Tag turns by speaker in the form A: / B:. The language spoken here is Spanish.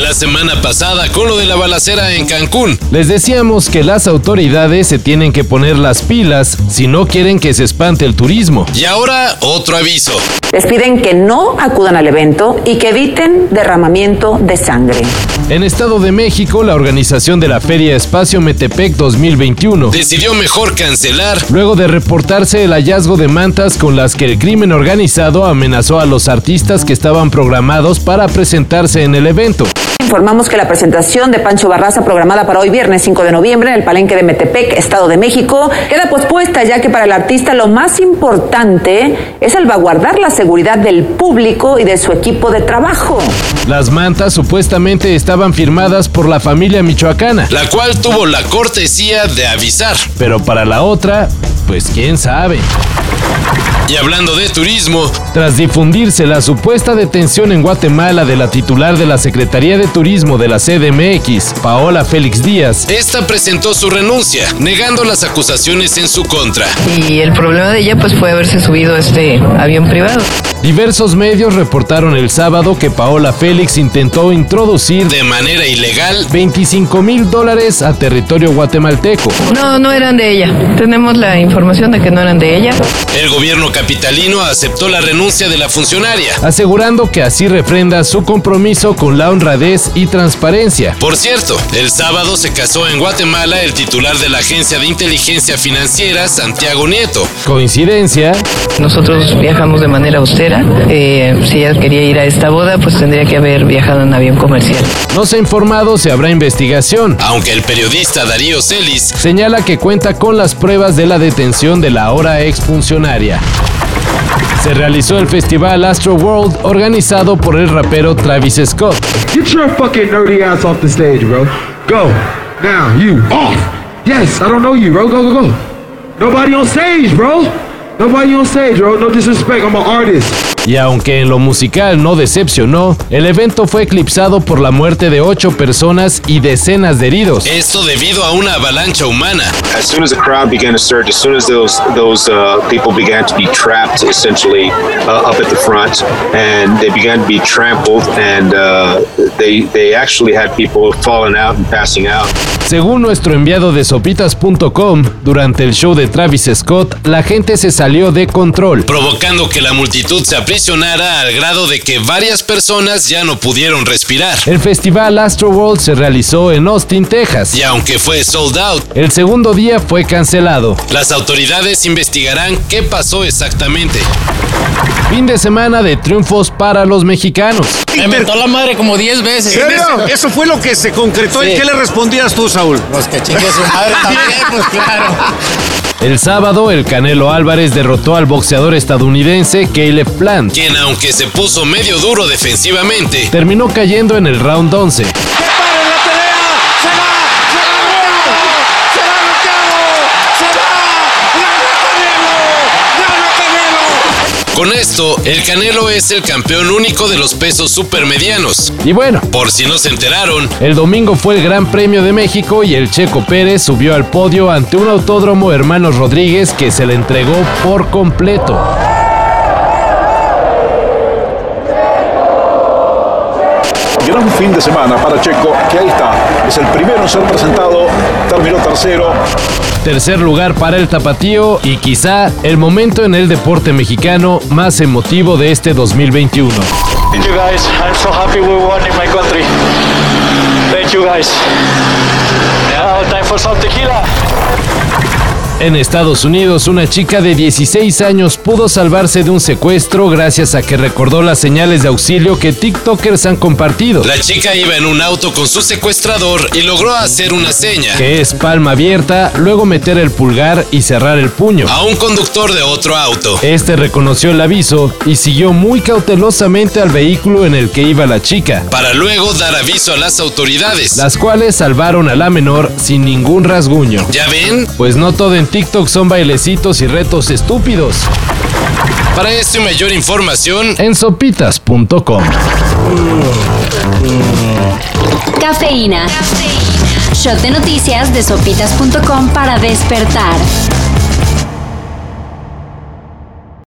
A: La semana pasada con lo de la balacera en Cancún.
B: Les decíamos que las autoridades se tienen que poner las pilas si no quieren que se espante el turismo.
A: Y ahora otro aviso.
C: Les piden que no acudan al evento y que eviten derramamiento de sangre.
B: En Estado de México, la organización de la Feria Espacio Metepec 2021,
A: Decidió mejor cancelar
B: luego de reportarse el hallazgo de mantas con las que el crimen organizado amenazó a los artistas que estaban programados para presentarse en el evento.
C: Informamos que la presentación de Pancho Barraza programada para hoy viernes 5 de noviembre en el Palenque de Metepec, Estado de México, queda pospuesta ya que para el artista lo más importante es salvaguardar la seguridad del público y de su equipo de trabajo.
B: Las mantas supuestamente estaban firmadas por la familia michoacana,
A: la cual tuvo la cortesía de avisar.
B: pero para la otra, pues quién sabe.
A: Y hablando de turismo,
B: Tras difundirse la supuesta detención en Guatemala de la titular de la Secretaría de Turismo de la CDMX, Paola Félix Díaz,
A: esta presentó su renuncia, negando las acusaciones en su contra.
D: Y el problema de ella pues fue haberse subido a este avión privado.
B: diversos medios reportaron el sábado que Paola Félix intentó introducir
A: De manera ilegal,
B: 25 mil dólares a territorio guatemalteco.
D: No, no eran de ella. Tenemos la información de que no eran de ella.
A: el gobierno capitalino aceptó la renuncia de la funcionaria.
B: asegurando que así refrenda su compromiso con la honradez y transparencia.
A: Por cierto, el sábado se casó en Guatemala el titular de la Agencia de Inteligencia Financiera, Santiago Nieto.
B: Coincidencia,
D: Nosotros viajamos de manera austera. Eh, si ella quería ir a esta boda pues tendría que haber viajado en avión comercial.
B: no se ha informado si habrá investigación.
A: Aunque el periodista Darío Celis
B: Señala que cuenta con las pruebas de la detención de la ahora exfuncionaria. Se realizó el festival Astro World organizado por el rapero Travis Scott.
E: Get your fucking nerdy ass off the stage, bro. Go. Now, you off. Yes, I don't know you, bro. Go, go, go. Nobody on stage, bro. Nobody on stage, bro. No disrespect. I'm an artist.
B: Y aunque en lo musical no decepcionó, el evento fue eclipsado por la muerte de ocho personas y decenas de heridos.
A: Esto debido a una avalancha humana.
F: as soon as the crowd began to surge, as soon as those those uh, people began to be trapped, essentially uh, up at the front, and they began to be trampled, and uh, they they actually had people falling out and passing out.
B: Según nuestro enviado de sopitas.com, durante el show de Travis Scott, la gente se salió de control.
A: provocando que la multitud se aprisionara al grado de que varias personas ya no pudieron respirar.
B: El festival Astroworld se realizó en Austin, Texas.
A: Y aunque fue sold out,
B: El segundo día fue cancelado.
A: las autoridades investigarán qué pasó exactamente.
B: Fin de semana de triunfos para los mexicanos.
G: Me mentó la madre como 10 veces.
H: Eso, eso fue lo que se concretó. ¿Y
G: Sí.
H: qué le respondías tú, Saúl?
G: Pues que chingue su madre también, pues claro.
B: El sábado, el Canelo Álvarez derrotó al boxeador estadounidense Caleb Plant.
A: Quien aunque se puso medio duro defensivamente,
B: Terminó cayendo en el round 11.
A: con esto, el Canelo es el campeón único de los pesos supermedianos.
B: Y bueno,
A: Por si no se enteraron,
B: el domingo fue el Gran Premio de México y el Checo Pérez subió al podio ante un autódromo Hermanos Rodríguez que se le entregó por completo.
I: Gran fin de semana para Checo, que ahí está. Es el primero en ser presentado, terminó tercero.
B: Tercer lugar para el tapatío y quizá el momento en el deporte mexicano más emotivo de este 2021.
J: Thank you guys. I'm so happy we won in my country. Thank you guys. Now time for some tequila.
B: En Estados Unidos, una chica de 16 años pudo salvarse de un secuestro gracias a que recordó las señales de auxilio que TikTokers han compartido,
A: la chica iba en un auto con su secuestrador y logró hacer una seña
B: que es palma abierta, luego meter el pulgar y cerrar el puño.
A: a un conductor de otro auto.
B: Este reconoció el aviso y siguió muy cautelosamente al vehículo en el que iba la chica,
A: Para luego dar aviso a las autoridades.
B: las cuales salvaron a la menor sin ningún rasguño.
A: ¿Ya ven?
B: Pues no todo en TikTok son bailecitos y retos estúpidos.
A: Para esto y mayor información,
B: En sopitas.com.
K: Cafeína. Shot de noticias de sopitas.com para despertar.